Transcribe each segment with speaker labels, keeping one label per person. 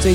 Speaker 1: 最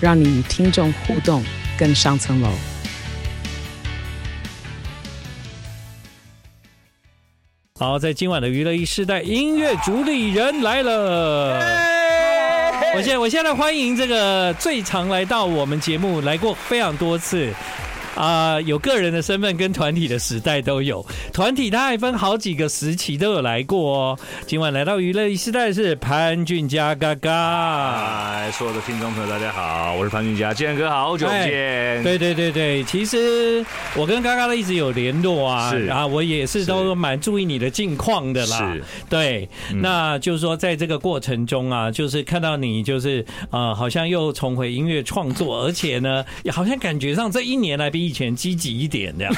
Speaker 1: 让你与听众互动更上层楼。
Speaker 2: 好，在今晚的娱乐一世代，音乐主理人来了。我现我现在欢迎这个最常来到我们节目，来过非常多次。啊、有个人的身份跟团体的时代都有，团体他还分好几个时期都有来过哦。今晚来到娱乐一世代的是潘俊佳嘎嘎。
Speaker 3: 嗨，所有哎的听众朋友，大家好，我是潘俊佳，建哥，好久不见。
Speaker 2: 对对对对，其实我跟嘎嘎一直有联络啊，
Speaker 3: 是
Speaker 2: 啊，我也是都
Speaker 3: 是
Speaker 2: 蛮注意你的近况的啦
Speaker 3: 是。
Speaker 2: 对，
Speaker 3: 嗯
Speaker 2: 那就是说在这个过程中啊，就是看到你就是呃，好像又重回音乐创作，而且呢，也好像感觉上这一年来比以前积极一点这 样。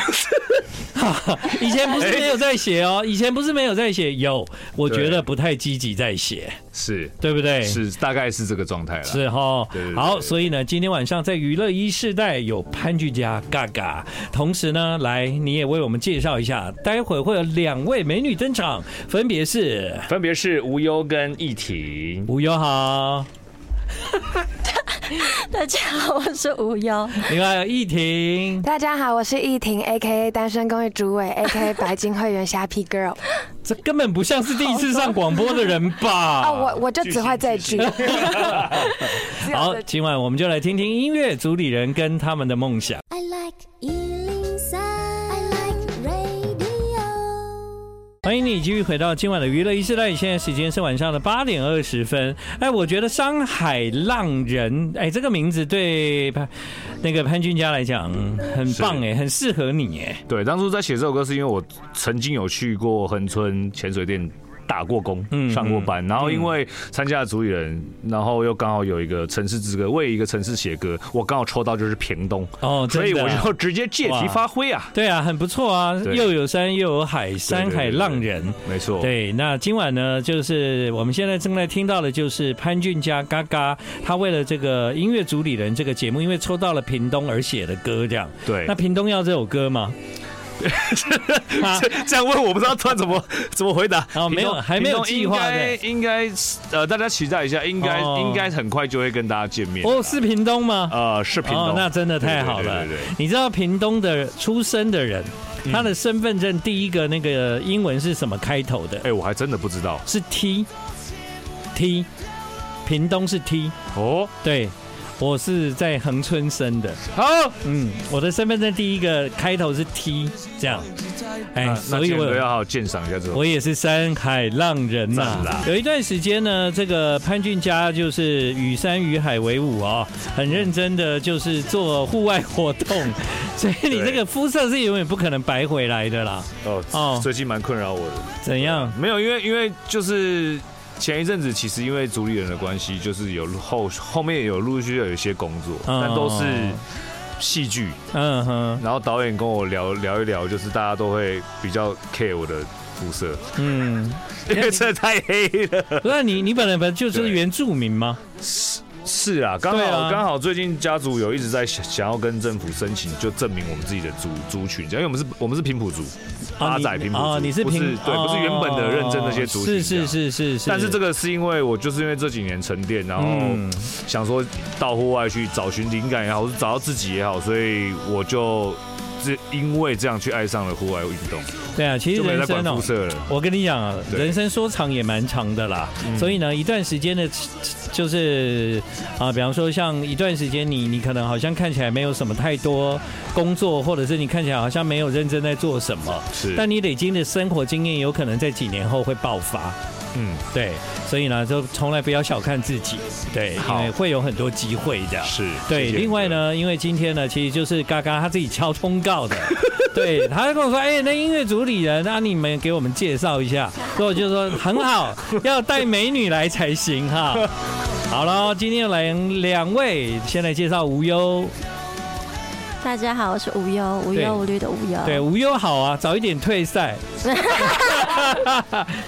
Speaker 2: 以前不是没有在写哦，以前不是没有在写，有，我觉
Speaker 3: 哎对
Speaker 2: 得不太积极在写，
Speaker 3: 是
Speaker 2: 对不对？
Speaker 3: 是，大概是这个状态了。
Speaker 2: 是哈
Speaker 3: 对对，对
Speaker 2: 好，
Speaker 3: 对
Speaker 2: 所以呢，今天晚上在娱乐一世代有潘俊佳嘎嘎，同时呢，来你也为我们介绍一下，待会会有两位美女登场，分别是
Speaker 3: 分别是无忧跟一婷。
Speaker 2: 吴友好，
Speaker 4: 大家好，我是无忧。
Speaker 2: 另外有易婷，
Speaker 5: 大家好，我是易婷，A K A 单身公寓主委，A K A 白金会员虾皮 girl。
Speaker 2: 这根本不像是第一次上广播的人 吧？
Speaker 5: 哦，我我就只会这一句。只有
Speaker 2: 好
Speaker 5: 这，句
Speaker 2: 今晚我们就来听听音乐主理人跟他们的梦想。
Speaker 6: I like Ealing Sound. I like radio.
Speaker 2: 欢迎你继续回到今晚的娱乐一时代，现在时间是晚上的八点二十分。哎，我觉得“山海浪人”哎这个名字对潘那个潘俊佳来讲很棒哎，很适合你哎。
Speaker 3: 对，当初在写这首歌是因为我曾经有去过恒春潜水店。打过工，上过班，然后因为参加了主理人，然后又刚好有一个城市之歌，为一个城市写歌，我刚好抽到就是屏东，
Speaker 2: 哦，
Speaker 3: 所以
Speaker 2: 真的
Speaker 3: 我
Speaker 2: 啊
Speaker 3: 就直接借题发挥啊，
Speaker 2: 对啊，很不错啊，
Speaker 3: 对
Speaker 2: 又有山又有海，山海浪人。
Speaker 3: 没错，
Speaker 2: 对，那今晚呢，就是我们现在正在听到的，就是潘俊佳嘎嘎，他为了这个音乐主理人这个节目，因为抽到了屏东而写的歌，这样。
Speaker 3: 对
Speaker 2: 那屏东要这首歌吗？啊
Speaker 3: 这这样问我不知道突然怎 么怎么回答。
Speaker 2: 哦没有
Speaker 3: 屏东
Speaker 2: 还没有
Speaker 3: 屏东
Speaker 2: 计划
Speaker 3: 应该
Speaker 2: 对
Speaker 3: 应该呃，大家期待一下，应该、
Speaker 2: 哦
Speaker 3: 应该很快就会跟大家见面。
Speaker 2: 哦，是屏东吗？
Speaker 3: 呃，是屏
Speaker 2: 哦
Speaker 3: 东，，
Speaker 2: 那真的太好了。
Speaker 3: 对对对对嗯对
Speaker 2: 你知道屏东的出生的人，他的身份证第一个那个英文是什么开头的
Speaker 3: 哎、？我还真的不知道
Speaker 2: 是 T T，屏东是 T。
Speaker 3: 哦。
Speaker 2: 对，我是在恒春生的，
Speaker 3: 好，
Speaker 2: 嗯，我的身份证第一个开头是 T，这样。哎、
Speaker 3: 啊那啊
Speaker 2: 所以
Speaker 3: 建哥
Speaker 2: 我
Speaker 3: 要好好鉴赏一下这种。
Speaker 2: 我也是山海浪人呐、
Speaker 3: 赞啦
Speaker 2: 有一段时间呢，这个潘俊佳就是与山与海为伍啊、很认真的就是做户外活动， 所以你
Speaker 3: 对
Speaker 2: 这个肤色是永远不可能白回来的啦。
Speaker 3: 哦
Speaker 2: 哦
Speaker 3: 最近蛮困扰我的。
Speaker 2: 怎样？
Speaker 3: 没有，因为因为就是前一阵子，其实因为主理人的关系，就是有后后面有陆续有一些工作，
Speaker 2: 嗯
Speaker 3: 但都是戏剧。
Speaker 2: 嗯哼，
Speaker 3: 然后导演跟我聊聊一聊，就是大家都会比较 care 我的肤色，
Speaker 2: 嗯，
Speaker 3: 因为这太黑了。
Speaker 2: 那你你本来本就是
Speaker 3: 对
Speaker 2: 原住民吗？
Speaker 3: 是啊，刚
Speaker 2: 对
Speaker 3: 好
Speaker 2: 啊
Speaker 3: 刚好最近家族有一直在想想要跟政府申请，就证明我们自己的族族群，这样因为我们是我们是平埔族，阿
Speaker 2: 你
Speaker 3: 仔平埔族，
Speaker 2: 哦你是
Speaker 3: 不
Speaker 2: 平哦
Speaker 3: 对，啊不是原本的认真那些族
Speaker 2: 是
Speaker 3: 群，
Speaker 2: 是。是是是，
Speaker 3: 但是这
Speaker 2: 个
Speaker 3: 个是因为我就是因为这几年沉淀，然后
Speaker 2: 嗯
Speaker 3: 想说到户外去找寻灵感也好，或是找到自己也好，所以我就这因为这样去爱上了户外运动，
Speaker 2: 对啊，其实
Speaker 3: 就没
Speaker 2: 人
Speaker 3: 再管
Speaker 2: 生哦、
Speaker 3: 肤色了。
Speaker 2: 我跟你讲啊，
Speaker 3: 对嗯
Speaker 2: 人生说长也蛮长的啦，所以呢，一段时间的，就是啊，比方说像一段时间你，你可能好像看起来没有什么太多工作，或者是你看起来好像没有认真在做什么，
Speaker 3: 是，
Speaker 2: 但你累积的生活经验，有可能在几年后会爆发。嗯，对，所以呢，就从来不要小看自己，对，因
Speaker 3: 好
Speaker 2: 为会有很多机会的。
Speaker 3: 是
Speaker 2: 对，
Speaker 3: 谢谢
Speaker 2: 另外呢，因为今天呢，其实就是嘎嘎他自己敲通告的，对，他就跟我说，哎、那音乐组里人，那你们给我们介绍一下，所以我就说很好，要带美女来才行哈。好了，今天有来两位，先来介绍无忧，
Speaker 4: 大家好，我是无忧，无
Speaker 2: 对
Speaker 4: 忧无虑的无忧。
Speaker 2: 对，无忧好啊，早一点退赛，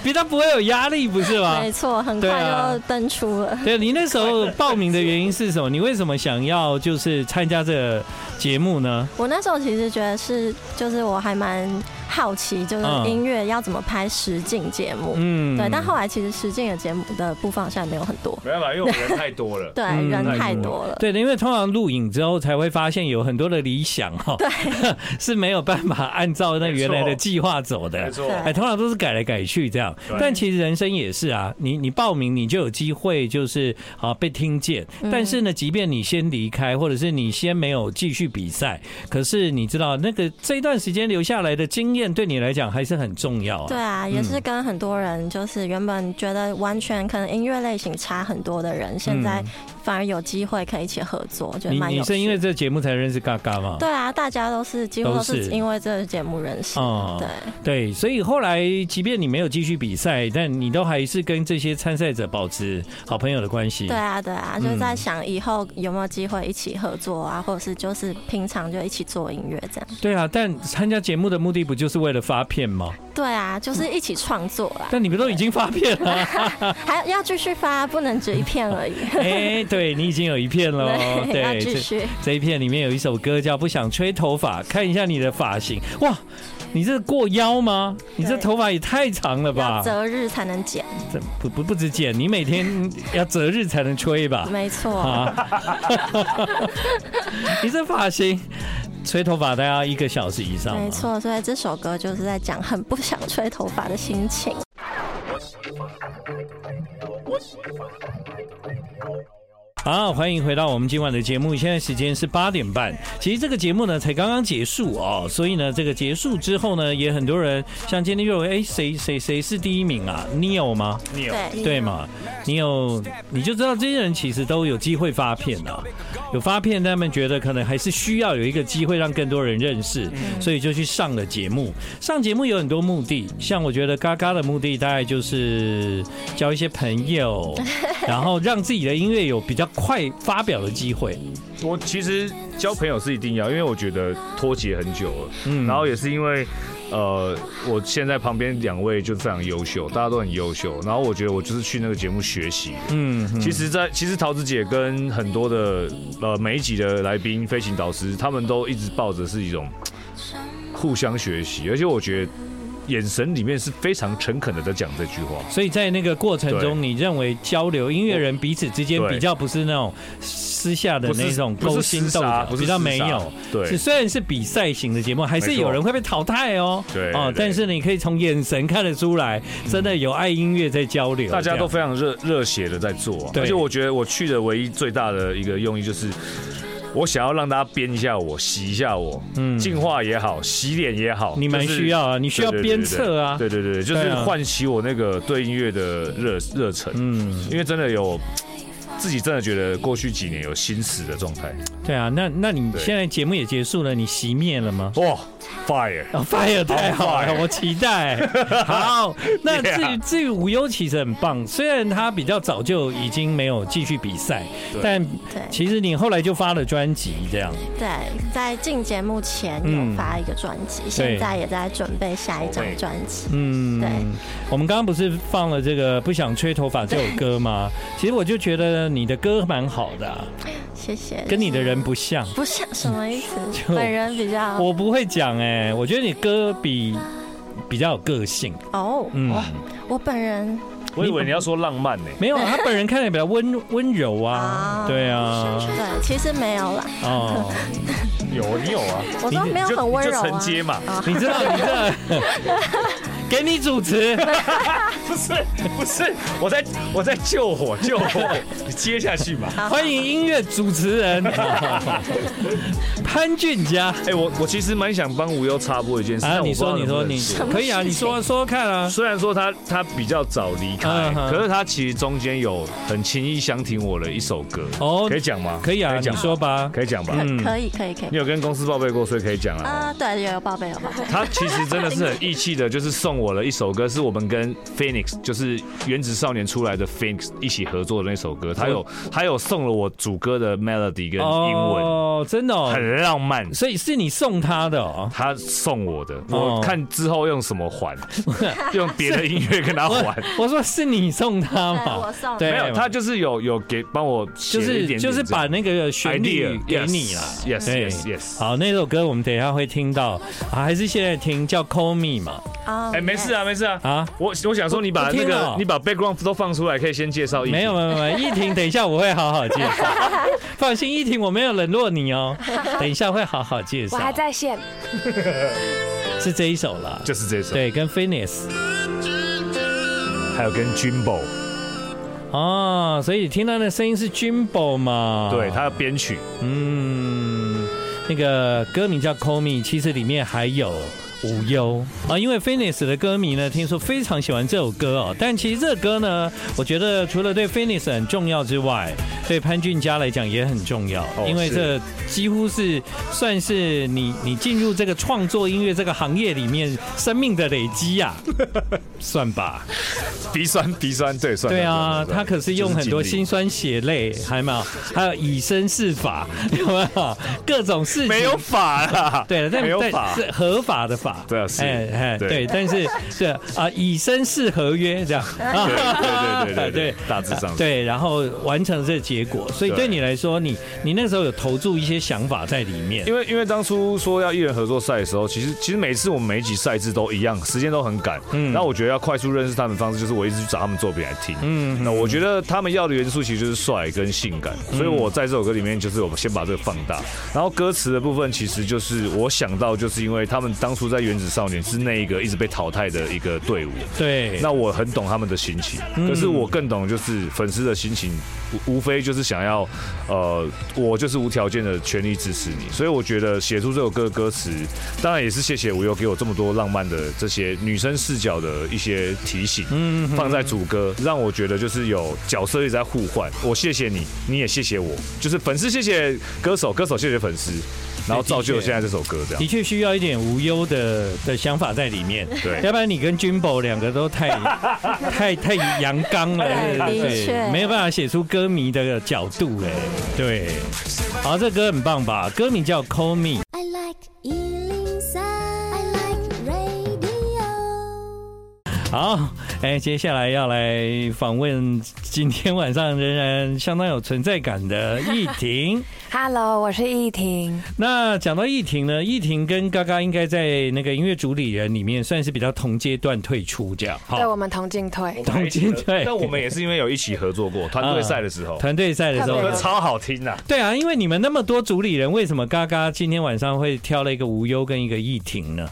Speaker 2: 比较不会有压力，不是吗
Speaker 4: 没？错，很
Speaker 2: 对
Speaker 4: 快
Speaker 2: 啊
Speaker 4: 就登出了。
Speaker 2: 对你那时候报名的原因是什么？你为什么想要就是参加这个节目呢？
Speaker 4: 我那时候其实觉得是，就是我还蛮好奇，就是
Speaker 2: 嗯
Speaker 4: 音乐要怎么拍实境节目。
Speaker 2: 嗯，
Speaker 4: 对，但后来其实实境的节目的播放现在没有很多，
Speaker 3: 没办法，因为我人太多了。
Speaker 4: 对，
Speaker 2: 嗯
Speaker 4: 人
Speaker 3: 太
Speaker 4: 太
Speaker 3: 多
Speaker 4: 多了。
Speaker 2: 对，因为通常录影之后才会发现有很多的理想哈、对， 是没有办法按照那原来的计划走的
Speaker 3: 没。错，
Speaker 4: 对
Speaker 2: 哎，通常都是改来改去这样
Speaker 3: 对，
Speaker 2: 但其实人生也是啊，你你报名你就有机会，就是啊被听见。
Speaker 4: 嗯
Speaker 2: 但是呢，即便你先离开，或者是你先没有继续比赛，可是你知道那个这一段时间留下来的经验，对你来讲还是很重要
Speaker 4: 对
Speaker 2: 啊。
Speaker 4: 啊，也是跟很多人，就是原本觉得完全可能音乐类型差很多的人，现在反而有机会可以一起合作，觉得
Speaker 2: 你
Speaker 4: 蛮有
Speaker 2: 嗯你
Speaker 4: 趣的。
Speaker 2: 是因为这节目才认识嘎嘎吗？
Speaker 4: 对啊，大家都是几乎
Speaker 2: 都
Speaker 4: 都是
Speaker 2: 是
Speaker 4: 因为这个节目认识的。
Speaker 2: 哦
Speaker 4: 对，
Speaker 2: 对，所以后来即便你没有继续比赛，但你都还是跟这些参赛者保持好朋友的关系。
Speaker 4: 对啊，对啊，就是在想以后有没有机会一起合作啊，或者是就是平常就一起做音乐这样。
Speaker 2: 对啊，但参加节目的目的不就是为了发片吗？
Speaker 4: 对啊，就是一起创作啦，
Speaker 2: 但你们都已经发片 了，
Speaker 4: 还要继续发，不能只一片而已。
Speaker 2: 哎，对你已经有一片了哦，
Speaker 4: 对要
Speaker 2: 对，
Speaker 4: 继
Speaker 2: 这
Speaker 4: 续
Speaker 2: 这一片里面有一首歌叫《不想吹头发》，看一下你的发型，哇，你这过腰吗？你这
Speaker 4: 对
Speaker 2: 头发也太长了
Speaker 4: 要
Speaker 2: 吧？
Speaker 4: 择日才能剪，
Speaker 2: 这不不不止剪，你每天要择日才能吹 吧？
Speaker 4: 没错，
Speaker 2: 啊！你这发型，吹头发大概要一个小时以上。
Speaker 4: 没。错。所以这首歌就是在讲很不想吹头发的心情。
Speaker 2: 好，欢迎回到我们今晚的节目，现在时间是八点半。其实这个节目呢才刚刚结束哦，所以呢这个结束之后呢，也很多人像今天就有哎谁谁谁是第一名啊？你有吗？
Speaker 3: 你有
Speaker 4: 对，
Speaker 2: 对嘛？你有你就知道这些人其实都有机会发片啊，有发片，他们觉得可能还是需要有一个机会让更多人认识，所以就去上了节目。上节目有很多目的，像我觉得嘎嘎的目的大概就是交一些朋友，然后让自己的音乐有比较快发表的机会。
Speaker 3: 我其实交朋友是一定要，因为我觉得脱节很久了，
Speaker 2: 嗯
Speaker 3: 然后也是因为。呃，我现在旁边两位就非常优秀，大家都很优秀。然后我觉得我就是去那个节目学习的
Speaker 2: 嗯，
Speaker 3: 其实在，其实桃子姐跟很多的呃每一集的来宾、飞行导师，他们都一直抱着是一种互相学习，而且我觉得眼神里面是非常诚恳的在讲这句话。
Speaker 2: 所以在那个过程中，
Speaker 3: 对
Speaker 2: 你认为交流音乐人彼此之间
Speaker 3: 对
Speaker 2: 比较不是那种私下的
Speaker 3: 不是
Speaker 2: 那种
Speaker 3: 不是
Speaker 2: 勾心斗
Speaker 3: 厮杀
Speaker 2: 角，
Speaker 3: 不是
Speaker 2: 比较
Speaker 3: 厮
Speaker 2: 没
Speaker 3: 杀
Speaker 2: 有。
Speaker 3: 对
Speaker 2: 是虽然是比赛型的节目，还是
Speaker 3: 没错
Speaker 2: 有人会被淘汰哦。
Speaker 3: 对
Speaker 2: 哦，
Speaker 3: 对
Speaker 2: 但是你可以从眼神看得出来，真的有爱音乐在交流，
Speaker 3: 大家都
Speaker 2: 这样
Speaker 3: 非常热热血的在做、啊，
Speaker 2: 对
Speaker 3: 而且我觉得我去的唯一最大的一个用意就是，我想要让大家编一下我，洗一下我，
Speaker 2: 嗯
Speaker 3: 嗯，净化也好，洗脸也好，
Speaker 2: 你蛮
Speaker 3: 就是
Speaker 2: 需要啊，你需要
Speaker 3: 对对对
Speaker 2: 鞭策啊。
Speaker 3: 对对对，对就是
Speaker 2: 对啊
Speaker 3: 唤起我那个对音乐的热热忱，
Speaker 2: 嗯，
Speaker 3: 因为真的有自己真的觉得过去几年有心死的状态，
Speaker 2: 对啊，那那你
Speaker 3: 对
Speaker 2: 现在节目也结束了，你熄灭了吗？
Speaker 3: 哇，fire，
Speaker 2: 哦、fire 太好了，
Speaker 3: fire
Speaker 2: 我期待。好，那 至于
Speaker 3: Yeah
Speaker 2: 至于无忧其实很棒，虽然他比较早就已经没有继续比赛，
Speaker 3: 对
Speaker 2: 但
Speaker 4: 对
Speaker 2: 其实你后来就发了专辑这样。
Speaker 4: 对，在进节目前
Speaker 2: 嗯
Speaker 4: 有发一个专辑，现在也在准备下一张专辑。
Speaker 2: 嗯，
Speaker 4: 对
Speaker 2: 我们刚刚不是放了这个《不想吹头发》这首歌吗？其实我就觉得你的歌蛮好的啊、
Speaker 4: 谢谢。
Speaker 2: 跟你的人不像。
Speaker 4: 不像什么意思
Speaker 2: 就？
Speaker 4: 本人比较
Speaker 2: 我不会讲哎、我觉得你歌比比较有个性。
Speaker 4: 哦，
Speaker 2: 嗯，
Speaker 4: 我本人
Speaker 3: 我以为你要说浪漫呢、
Speaker 2: 没有啊，他本人看起来比较温温柔啊
Speaker 4: 啊。
Speaker 2: 对啊，
Speaker 4: 对，其实没有啦，
Speaker 2: 哦，
Speaker 3: 有你有啊，
Speaker 4: 我说没有
Speaker 3: 你就
Speaker 4: 很温柔
Speaker 3: 你就承
Speaker 4: 啊。
Speaker 3: 接嘛，
Speaker 2: 你知道你这。给你主持。
Speaker 3: 不是不是，我在我在救火救火，你接下 去嘛。
Speaker 2: 欢迎音乐主持人潘俊佳
Speaker 3: 哎、我我其实蛮想帮无忧插播一件事，
Speaker 2: 啊！
Speaker 3: 但
Speaker 2: 你说
Speaker 3: 我不
Speaker 2: 你
Speaker 3: 知道
Speaker 2: 说
Speaker 3: 能不能
Speaker 2: 你
Speaker 3: 说
Speaker 2: 可以啊，你说说说看啊。
Speaker 3: 虽然说他他比较早离开
Speaker 2: 嗯，哼
Speaker 3: 可是他其实中间有很情意相挺我的一首歌，
Speaker 2: 哦
Speaker 3: 可以讲吗？
Speaker 2: 可以啊，
Speaker 3: 可以
Speaker 2: 你
Speaker 3: 讲吗
Speaker 2: 说吧。
Speaker 3: 可以讲吧？
Speaker 2: 嗯
Speaker 4: 可以可以可以
Speaker 3: 你有跟公司报备过，所以可以讲啊。
Speaker 4: 啊，对，有有报备有报备，
Speaker 3: 他其实真的是很义气的，就是送我了一首歌，是我们跟 Phoenix，就是原子少年出来的 Phoenix 一起合作的那首歌。他有他有送了我主歌的 melody 跟英文，
Speaker 2: 哦，真的哦，
Speaker 3: 很浪漫。
Speaker 2: 所以是你送他的哦。
Speaker 3: 他送我的，
Speaker 2: 哦
Speaker 3: 我看之后用什么 还，用别的音乐跟他还。
Speaker 2: 我说是你送他
Speaker 4: 对
Speaker 2: 嘛？
Speaker 4: 我送的
Speaker 2: 对，
Speaker 3: 没有，他就是有有给帮我写
Speaker 2: 就
Speaker 3: 了一
Speaker 2: 是
Speaker 3: 点点
Speaker 2: 就是
Speaker 3: 这样
Speaker 2: 把那个旋律
Speaker 3: Idea，
Speaker 2: 给
Speaker 3: yes，
Speaker 2: 你啦。
Speaker 3: yes，
Speaker 2: 对
Speaker 3: yes，yes
Speaker 2: 好，那首歌我们等一下会听到，啊、还是现在听叫《Call Me》嘛？
Speaker 4: 哦
Speaker 3: 哎，没事啊，没事啊。
Speaker 2: 啊，
Speaker 3: 我我想说，你把
Speaker 2: 不
Speaker 3: 那
Speaker 2: 听
Speaker 3: 个
Speaker 2: 了
Speaker 3: 你把 background 都放出来，可以先介绍一。
Speaker 2: 没有没啊有没有，依婷，等一下我会好好介 绍，放心，依婷我没有冷落你哦，等一下会好好介
Speaker 5: 我
Speaker 2: 绍。
Speaker 5: 还在线，
Speaker 2: 是这一首啦，
Speaker 3: 就是这首，
Speaker 2: 对，跟 Finis
Speaker 3: 还有跟 Jimbo，
Speaker 2: 哦，所以听到那声音是 Jimbo 嘛？
Speaker 3: 对他的编曲，
Speaker 2: 嗯，那个歌名叫《Call Me》，其实里面还有无忧啊，因为 Finis 的歌迷呢，听说非常喜欢这首歌哦。但其实这个歌呢，我觉得除了对 Finis 很重要之外，对潘俊佳来讲也很重要，
Speaker 3: 哦
Speaker 2: 因为
Speaker 3: 是
Speaker 2: 这几乎是算是你你进入这个创作音乐这个行业里面生命的累积啊呀、算吧。
Speaker 3: 鼻酸鼻酸，对，算了
Speaker 2: 对啊
Speaker 3: 算了，算
Speaker 2: 他
Speaker 3: 了
Speaker 2: 可是用很多
Speaker 3: 就是尽
Speaker 2: 辛
Speaker 3: 力
Speaker 2: 酸血泪，还有没有？还有以身试法， 有没有？各种事情啊
Speaker 3: 没有。法啦，
Speaker 2: 对了，但
Speaker 3: 没有
Speaker 2: 但
Speaker 3: 法，
Speaker 2: 是合法的法， 哎
Speaker 3: 对啊是对
Speaker 2: 对，但 是是啊，以身试合约这样，啊
Speaker 3: 对对对对
Speaker 2: 对
Speaker 3: 对
Speaker 2: 啊
Speaker 3: 对，大致上是
Speaker 2: 对，然后完成这个结果，所以
Speaker 3: 对
Speaker 2: 对你来说，你你那时候有投注一些想法在里面，
Speaker 3: 因为因为当初说要艺人合作赛的时候，其实其实每次我们每一集赛制都一样，时间都很赶。嗯，那我觉得要快速认识他们的方式，就是我一直去找他们作品来听。嗯，那我觉得他们要的元素其实就是帅跟性感，所以我在这首歌里面就是我们先把这个放大，然后歌词的部分其实就是我想到，就是因为他们当初在原子少年是那一个一直被淘汰的一个队伍，
Speaker 2: 对，
Speaker 3: 那我很懂他们的心情，可是我更懂就是粉丝的心情，无无非就是想要，呃，我就是无条件的全力支持你，所以我觉得写出这首歌的歌词，当然也是谢谢无忧给我这么多浪漫的这些女生视角的一些提醒，嗯，放在主歌，让我觉得就是有角色一直在互换，我谢谢你，你也谢谢我，就是粉丝谢谢歌手，歌手谢谢粉丝，然后造就现在这首歌这 样
Speaker 2: 的，确需要一点无忧的的想法在里面，
Speaker 3: 对
Speaker 2: 要不然你跟 Jimbo 两个都 太太太阳刚了，
Speaker 4: 对的确
Speaker 2: 没有办法写出歌迷的角度哎，对，好，这歌很棒吧？歌名叫 Call Me。
Speaker 6: I like Ealing Sound. I like radio.
Speaker 2: 好，哎，接下来要来访问今天晚上仍然相当有存在感的易婷。
Speaker 5: Hello，我是易婷。
Speaker 2: 那讲到易婷呢，易婷跟嘎嘎应该在那个音乐主理人里面算是比较同阶段退出这样。好
Speaker 5: 对，我们同进退，
Speaker 2: 同进退
Speaker 3: 但我们也是因为有一起合作过团队赛的时候，
Speaker 2: 团队赛的时候
Speaker 5: 特
Speaker 3: 歌
Speaker 5: 别，
Speaker 3: 超好听呐、
Speaker 2: 对啊，因为你们那么多主理人，为什么嘎嘎今天晚上会挑了一个无忧跟一个易婷呢？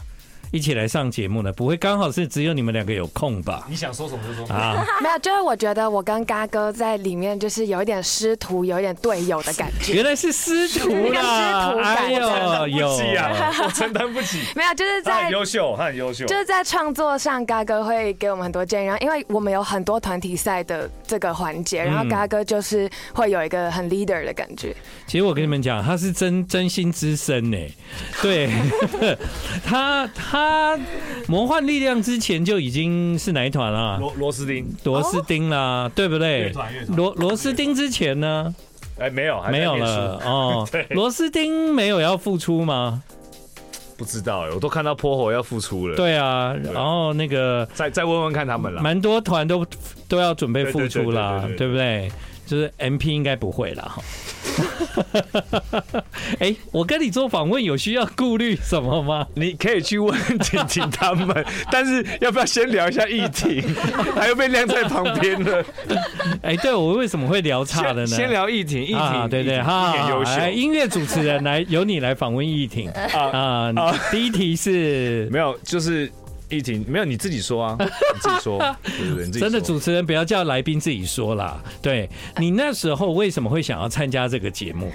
Speaker 2: 一起来上节目呢？不会刚好是只有你们两个有空吧？
Speaker 3: 你想说什么就说什么。
Speaker 2: 啊，
Speaker 5: 没有，就是我觉得我跟嘎哥在里面就是有一点师徒，有一点队友的感 觉。
Speaker 2: 原来是师徒啦！
Speaker 5: 是那个师徒感
Speaker 2: 哎呦，有
Speaker 3: 是啊呀，我承担不起。
Speaker 5: 没有，就是
Speaker 3: 他
Speaker 5: 在
Speaker 3: 很优秀，他很优秀
Speaker 5: 就。是在创作上，嘎哥会给我们很多建议，然后因为我们有很多团体赛的这个环节，然后嘎哥就是会有一个很 leader 的感觉。
Speaker 2: 其实我跟你们讲，他是真真心之身 呢。对， 他他魔幻力量之前就已经是哪一团啊？
Speaker 3: 螺螺丝钉，
Speaker 2: 螺丝钉啦，对不
Speaker 3: 乐
Speaker 2: 对？
Speaker 3: 团乐团
Speaker 2: 螺螺丝钉之前呢？
Speaker 3: 哎，没有，还在
Speaker 2: 没有
Speaker 3: 念书
Speaker 2: 了，哦
Speaker 3: 对。
Speaker 2: 螺丝钉没有要付出吗？
Speaker 3: 不知道哎，我都看到泼火要复出了。，
Speaker 2: 对啊，然后那个
Speaker 3: 再再问问看他们啦。
Speaker 2: 蛮多团都都要准备付出啦，
Speaker 3: 啊对对对对对对
Speaker 2: 对不对？就是 MP 应该不会啦。 哈。 哎、我跟你做访问有需要顾虑什么吗？
Speaker 3: 你可以去问婷婷他们，但是要不要先聊一下议题？ 还又被晾在旁边了。
Speaker 2: 哎、对我为什么会聊差的呢？
Speaker 3: 先先聊议题，议
Speaker 2: 啊，
Speaker 3: 题，
Speaker 2: 对对，
Speaker 3: 议题
Speaker 2: 哈
Speaker 3: 一点优，秀。
Speaker 2: 哎音乐主持 啊
Speaker 3: 啊
Speaker 2: 人来，由你来访问易婷啊。第一题是
Speaker 3: 没有，就是一婷，没有你自己说啊，你自己 说，对对对，你自己说
Speaker 2: 真的主持人不要叫来宾自己说啦。对你那时候为什么会想要参加这个节目？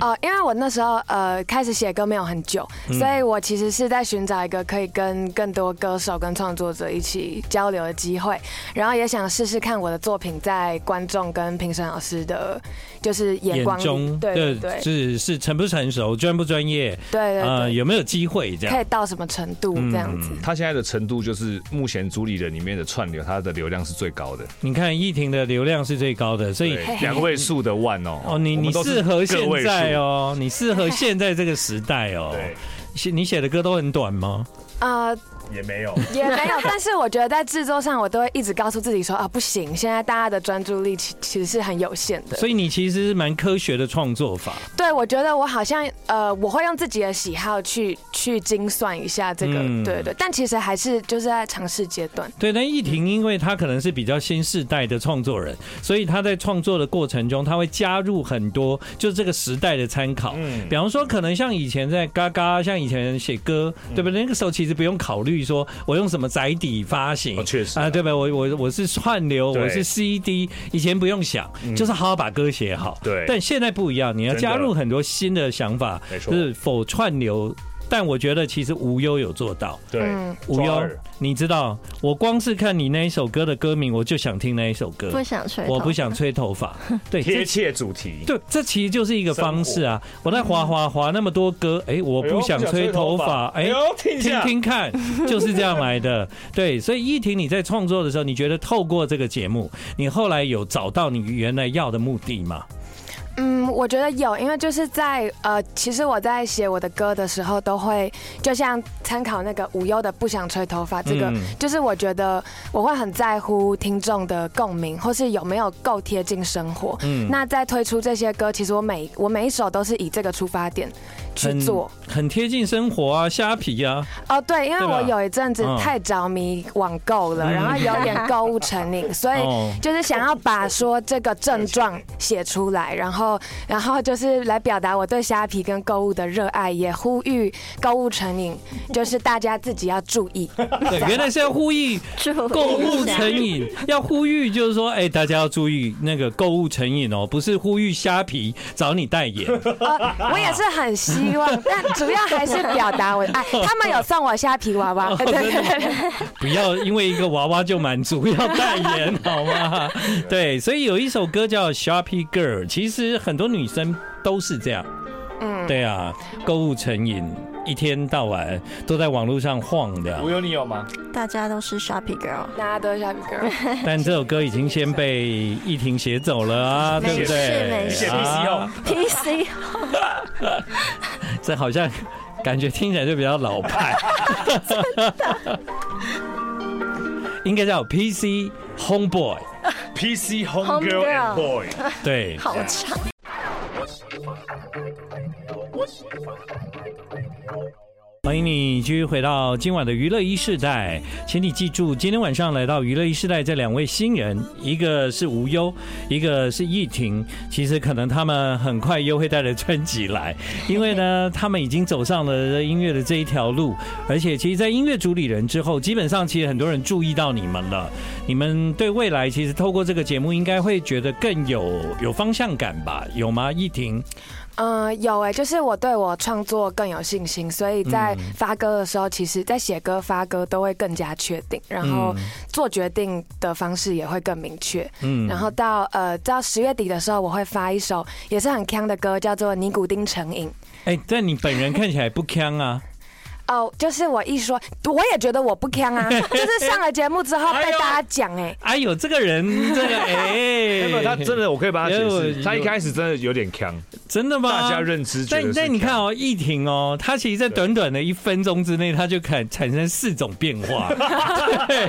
Speaker 5: 呃，因为我那时候呃开始写歌没有很久，所以我其实是在寻找一个可以跟更多歌手跟创作者一起交流的机会，然后也想试试看我的作品在观众跟评审老师的就是眼光里
Speaker 2: 中
Speaker 5: 对对对
Speaker 2: 是是成不成熟，专不专业，
Speaker 5: 对
Speaker 2: 呃，
Speaker 5: 对
Speaker 2: 有没有机会这
Speaker 5: 对，可
Speaker 2: 样
Speaker 5: 以？到什么程度这样子？
Speaker 3: 他现在的程度就是目前主理人里面的串流，他的流量是最高的，
Speaker 2: 你看依婷的流量是最高的，所以
Speaker 3: 对，两位数的万哦。
Speaker 2: 哦，你
Speaker 3: 我
Speaker 2: 你
Speaker 3: 们都是
Speaker 2: 适合现
Speaker 3: 个位
Speaker 2: 在
Speaker 3: 数。
Speaker 2: 哦，你适合现在这个时代哦。
Speaker 3: 对，
Speaker 2: 写你写的歌都很短吗？
Speaker 5: 呃，
Speaker 3: 也 没有。
Speaker 5: 也没有，但是我觉得在制作上，我都会一直告诉自己说啊，不行，现在大家的专注力其其实是很有限的。
Speaker 2: 所以你其实是蛮科学的创作法。
Speaker 5: 对，我觉得我好像呃，我会用自己的喜好去去精算一下这个，
Speaker 2: 嗯
Speaker 5: 对对，但其实还是就是在尝试阶段。
Speaker 2: 对，但依婷因为她可能是比较新世代的创作人，所以她在创作的过程中，她会加入很多就这个时代的参考。
Speaker 3: 嗯
Speaker 2: 比方说，可能像以前在嘎嘎，像以前写歌，
Speaker 3: 嗯
Speaker 2: 对不对？那个时候其实不用考虑说我用什么载体发行，
Speaker 3: 哦确实
Speaker 2: 啊，对吧？我我我是串流，
Speaker 3: 对嗯
Speaker 2: 我是 CD，以前不用想，就是好好把歌写好。
Speaker 3: 对
Speaker 2: 但现在不一样，你要
Speaker 3: 真的
Speaker 2: 加入很多新的想法，
Speaker 3: 没错
Speaker 2: 就是否串流。但我觉得其实无忧有做到，
Speaker 3: 对
Speaker 5: 嗯，
Speaker 2: 无
Speaker 3: 抓
Speaker 2: 忧
Speaker 3: 耳，
Speaker 2: 你知道，我光是看你那一首歌的歌名，我就想听那一首歌
Speaker 4: 不，想吹，
Speaker 2: 我不想。吹头发。 对，
Speaker 3: 贴
Speaker 2: 这
Speaker 3: 切主题。
Speaker 2: 对，这其实就是一个方式啊。我在滑滑滑那么多歌，哎，我
Speaker 3: 哎呦
Speaker 2: 不想吹头发，
Speaker 3: 哎
Speaker 2: 哎
Speaker 3: 呦，，听一
Speaker 2: 听
Speaker 3: 下，
Speaker 2: 听看， 就是这样来的。对，所以依婷，你在创作的时候，你觉得透过这个节目，你后来有找到你原来要的目的吗？
Speaker 5: 嗯，我觉得有，因为就是在呃，其实我在写我的歌的时候，都会就像参考那个无忧的《不想吹头发》这个，
Speaker 2: 嗯
Speaker 5: 就是我觉得我会很在乎听众的共鸣，或是有没有够贴近生活。
Speaker 2: 嗯
Speaker 5: 那在推出这些歌，其实我每我每一首都是以这个出发点去
Speaker 2: 很
Speaker 5: 做。
Speaker 2: 很贴近生活啊，虾皮啊，
Speaker 5: 哦，对，因为
Speaker 2: 对吧
Speaker 5: 我有一阵子
Speaker 2: 嗯
Speaker 5: 太着迷网购了，然后有点购物 成瘾，所以
Speaker 2: 哦
Speaker 5: 就是想要把说这个症状写出来，然后然后就是来表达我对虾皮跟购物的热爱，也呼吁购物成瘾，就是大家自己要注 意。
Speaker 2: 对，原来是要呼吁
Speaker 4: 住
Speaker 2: 购物
Speaker 4: 一下
Speaker 2: 成瘾，要呼吁就是说，哎、大家要注意那个购物成瘾哦，不是呼吁虾皮找你代言，
Speaker 5: 呃，我也是很希望，但主要还是表达我的 爱。他们有送我虾皮娃
Speaker 2: 哦
Speaker 5: 娃，对对对。
Speaker 2: 不要因为一个娃娃就满足，要代言好吗？对，所以有一首歌叫《Shopping Girl》，其实很多女生都是这样，嗯，对啊，购物成瘾，一天到晚都在网络上晃 的啊、
Speaker 3: 无忧你有吗？
Speaker 4: 大家都是 shopping girl，
Speaker 5: 大家都是虾皮 girl，
Speaker 2: 但这首歌已经先被依婷写走了啊，对不
Speaker 4: 没事
Speaker 2: 对？
Speaker 4: 没事
Speaker 3: 写 PC 哦
Speaker 2: 啊
Speaker 4: PC
Speaker 2: 这好像感觉听起来就比较老派，应该叫 PC Homeboy，
Speaker 3: PC Home
Speaker 4: Home
Speaker 3: Girl and
Speaker 4: Girl
Speaker 3: Boy，
Speaker 2: 对，
Speaker 4: 好长。
Speaker 2: 欢迎你继续回到今晚的娱乐一世代，请你记住，今天晚上来到娱乐一世代这两位新人，一个是无忧，一个是易婷。其实可能他们很快又会带着专辑来，因为呢，他们已经走上了音乐的这一条路，而且其实，在音乐主理人之后，基本上其实很多人注意到你们了。你们对未来其实透过这个节目，应该会觉得更有有方向感吧？有吗？易婷，
Speaker 5: 嗯，有哎、就是我对我创作更有信心，所以在
Speaker 2: 嗯
Speaker 5: 发歌的时候，其实在写歌、发歌都会更加确定，然后做决定的方式也会更明确。
Speaker 2: 嗯
Speaker 5: 然后到呃到十月底的时候，我会发一首也是很强的歌，叫做《尼古丁成瘾》。
Speaker 2: 哎、但你本人看起来不锵啊。
Speaker 5: 哦，就是我一说，我也觉得我不强 啊，就是上了节目之后被大家讲哎、
Speaker 2: 哎呦，这个人， 这个
Speaker 3: 没有
Speaker 2: 哎，
Speaker 3: 他真的，我可以帮他解
Speaker 2: 有
Speaker 3: 释。
Speaker 2: 有
Speaker 3: 他一开始真的有点强，
Speaker 2: 真的吗？
Speaker 3: 大家认知觉
Speaker 2: 但
Speaker 3: 得是
Speaker 2: 但你看
Speaker 3: 强，
Speaker 2: 哦，易婷哦，她其实，在短短的一分钟之内，她就产产生四种变化。 对，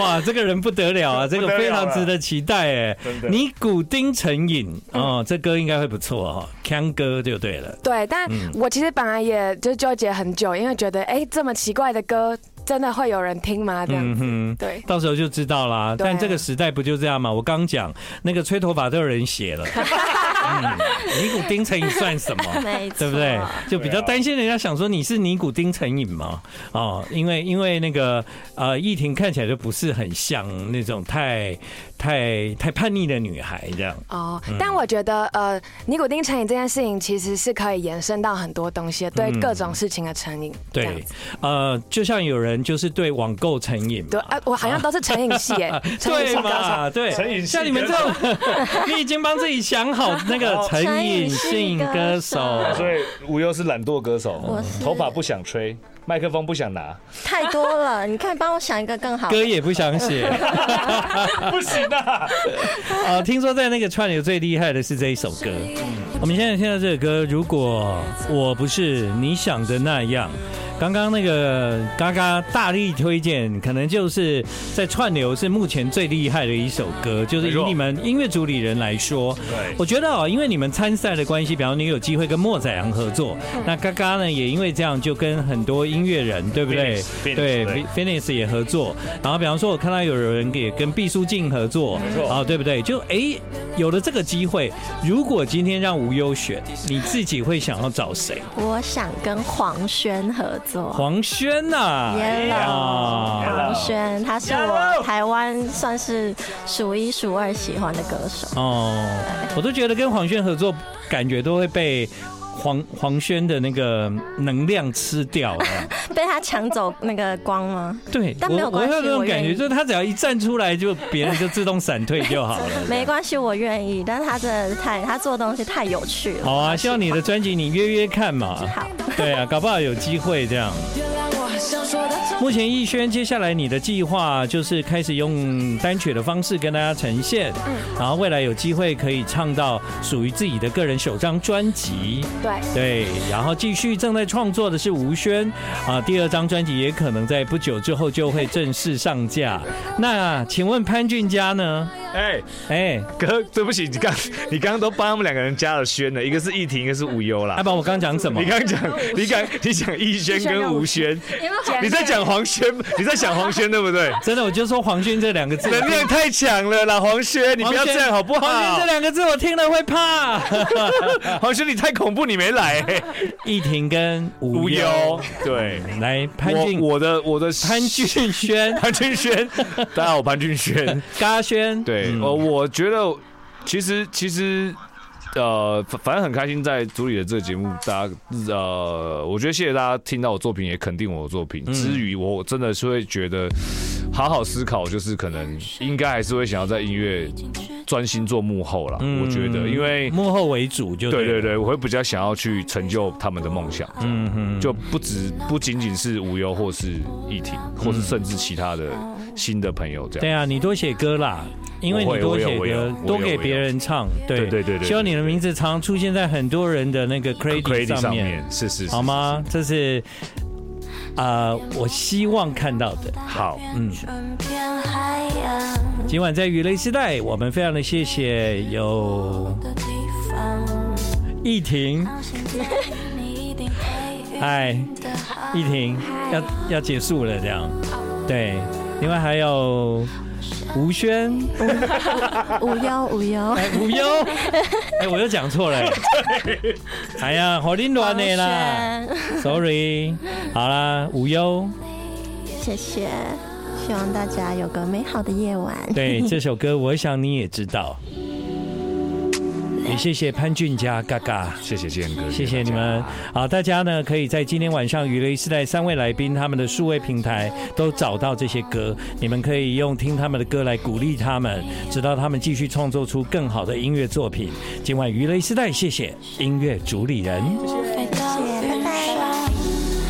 Speaker 2: 哇，这个人不得了啊，这个
Speaker 3: 不得了
Speaker 2: 非
Speaker 3: 了
Speaker 2: 常值得期待哎
Speaker 3: 真的。嗯
Speaker 2: 尼古丁成瘾哦，这歌应该会不错哦，康哥就对了。嗯
Speaker 5: 对，但我其实本来也就纠结很久，因为觉得哎、这么奇怪的歌。真的会有人听吗？这样子，
Speaker 2: 哼，
Speaker 5: 对
Speaker 2: 到时候就知道啦。
Speaker 5: 对啊
Speaker 2: 但这个时代不就这样吗？我刚讲那个吹头发都有人写 了，嗯尼古丁成瘾算什么？
Speaker 4: 没错，
Speaker 2: 对不对？就比较担心人家想说你是尼古丁成瘾嘛？哦，因为因为那个呃，依婷看起来就不是很像那种太太太叛逆的女孩这样。
Speaker 5: 哦，但我觉得呃，尼古丁成瘾这件事情其实是可以延伸到很多东西，对
Speaker 2: 嗯
Speaker 5: 各种事情的成瘾。这样
Speaker 2: 对
Speaker 5: 子，
Speaker 2: 呃，就像有人就是对网购成瘾嘛，
Speaker 5: 对，哎、我好像都是成瘾系 耶，成瘾
Speaker 2: 对
Speaker 5: 系高手。
Speaker 2: 嘛？对，
Speaker 3: 成瘾性
Speaker 2: 像你们这种， 你已经帮自己想好那个成瘾性歌手，
Speaker 3: 所以无忧是懒惰歌手
Speaker 4: 我，是
Speaker 3: 头发不想吹，麦克风不 想拿，
Speaker 4: 太多了，你可以帮我想一个更好的
Speaker 2: 歌也不想写。
Speaker 3: 不行啊！
Speaker 2: 啊，听说在那个串流最厉害的是这一首歌。我们现在听到这首歌，如果我不是你想的那样，刚刚那个嘎嘎大力推荐，可能就是在串流是目前最厉害的一首歌，就是
Speaker 3: 没
Speaker 2: 以
Speaker 3: 错
Speaker 2: 你们音乐主理人来说，
Speaker 3: 对，
Speaker 2: 我觉得哦，因为你们参赛的关系，比方你有机会跟莫宰阳合作，那嘎嘎呢也因为这样就跟很多音乐人，对不对
Speaker 3: Phoenix，？
Speaker 2: 对
Speaker 3: Phoenix，
Speaker 2: ，Finis 也合作。然后比方说，我看到有人也跟毕书尽合作，
Speaker 3: 没错
Speaker 2: 啊，对不对？就哎，有了这个机会，如果今天让无忧选，你自己会想要找谁？
Speaker 4: 我想跟黄轩合作。
Speaker 2: 黄轩呐
Speaker 4: Yellow
Speaker 2: 啊
Speaker 4: 黄轩，他是我台湾算是数一数二喜欢的歌手。
Speaker 2: 哦，我都觉得跟黄轩合作，感觉都会被。黄黄轩的那个能量吃掉 了，
Speaker 4: 被他抢走那个光吗？
Speaker 2: 对，
Speaker 4: 但
Speaker 2: 我
Speaker 4: 没有关系
Speaker 2: 我有这种
Speaker 4: 我愿
Speaker 2: 感觉，
Speaker 4: 意
Speaker 2: 就是他只要一站出来，就别人就自动闪退就好了。
Speaker 4: 没关系，我愿意。但是他真的是太，他做的东西太有趣了。
Speaker 2: 好啊，希望你的专辑你约约看嘛。
Speaker 4: 好，
Speaker 2: 对啊，搞不好有机会这样。目前逸轩，接下来你的计划就是开始用单曲的方式跟大家呈现，然后未来有机会可以唱到属于自己的个人首张专辑。
Speaker 5: 对，
Speaker 2: 对，然后继续正在创作的是吴宣啊，第二张专辑也可能在不久之后就会正式上架。那请问潘俊佳呢？
Speaker 3: 哎，
Speaker 2: 哎，
Speaker 3: 哥，对不起，你刚你刚刚都帮他们两个人加了轩了，一个是易婷，一个是无忧
Speaker 2: 阿
Speaker 3: 啦。
Speaker 2: 宝，我刚讲什么
Speaker 3: 你？刚刚讲，你讲你讲逸轩跟吴轩，你在讲黄轩， 你在想黄轩对不对？
Speaker 2: 真的，我就说黄轩这两个字，
Speaker 3: 能量太强了啦，黄轩，你不
Speaker 2: 黄
Speaker 3: 要
Speaker 2: 轩
Speaker 3: 这样好不
Speaker 2: 黄轩这
Speaker 3: 好？
Speaker 2: 两个字我听了会怕。
Speaker 3: 黄轩，你太恐怖，你没 来。
Speaker 2: 易婷跟
Speaker 3: 无
Speaker 2: 吴
Speaker 3: 忧
Speaker 2: 忧，，
Speaker 3: 对，
Speaker 2: 来潘俊
Speaker 3: 我我的我的
Speaker 2: 潘俊轩
Speaker 3: 潘 俊轩，大家好，我潘俊轩。
Speaker 2: 嘎轩，
Speaker 3: 对，
Speaker 2: 嗯
Speaker 3: 我、我觉得其实其实呃，反反正很开心在组里的这个节目，大家呃，我觉得谢谢大家听到我作品，也肯定我的作品。
Speaker 2: 嗯
Speaker 3: 之余，我真的是会觉得好好思考，就是可能应该还是会想要在音乐专心做幕后啦。
Speaker 2: 嗯
Speaker 3: 我觉得，因为
Speaker 2: 幕后为主就
Speaker 3: 对
Speaker 2: 对
Speaker 3: 对
Speaker 2: 了，
Speaker 3: 对，我会比较想要去成就他们的梦想。
Speaker 2: 嗯哼，
Speaker 3: 就不止不仅仅是无忧，或是议题，或是甚至其他的新的朋友这
Speaker 2: 对
Speaker 3: 样。
Speaker 2: 啊，你多写歌啦，因为你多写
Speaker 3: 我会我有我
Speaker 2: 歌
Speaker 3: 有，
Speaker 2: 多给别人唱，对
Speaker 3: 对对对对
Speaker 2: 希望你的名字常出现在很多人的那个 credit 上面，
Speaker 3: 是是是
Speaker 2: 好？吗？这是啊、呃我希望看到的。
Speaker 3: 好，
Speaker 2: 嗯今晚在娱乐时代，我们非常的谢谢有易婷，哎，易婷要要结束了这样，对，另外还有吴轩，
Speaker 4: 无忧无忧，
Speaker 2: 哎，无 忧，哎，我又讲错 了，哎呀，好凌乱的啦
Speaker 4: 黄轩，
Speaker 2: ，sorry，好啦，无忧，
Speaker 4: 谢谢，希望大家有个美好的夜晚。
Speaker 2: 对这首歌，我想你也知道，也谢谢潘俊佳嘎嘎。
Speaker 3: 谢谢建哥，
Speaker 2: 谢谢你们。好，大家呢可以在今天晚上娱乐时代三位来宾他们的数位平台都找到这些歌，你们可以用听他们的歌来鼓励他们，直到他们继续创作出更好的音乐作品。今晚娱乐时代，谢谢音乐主理人。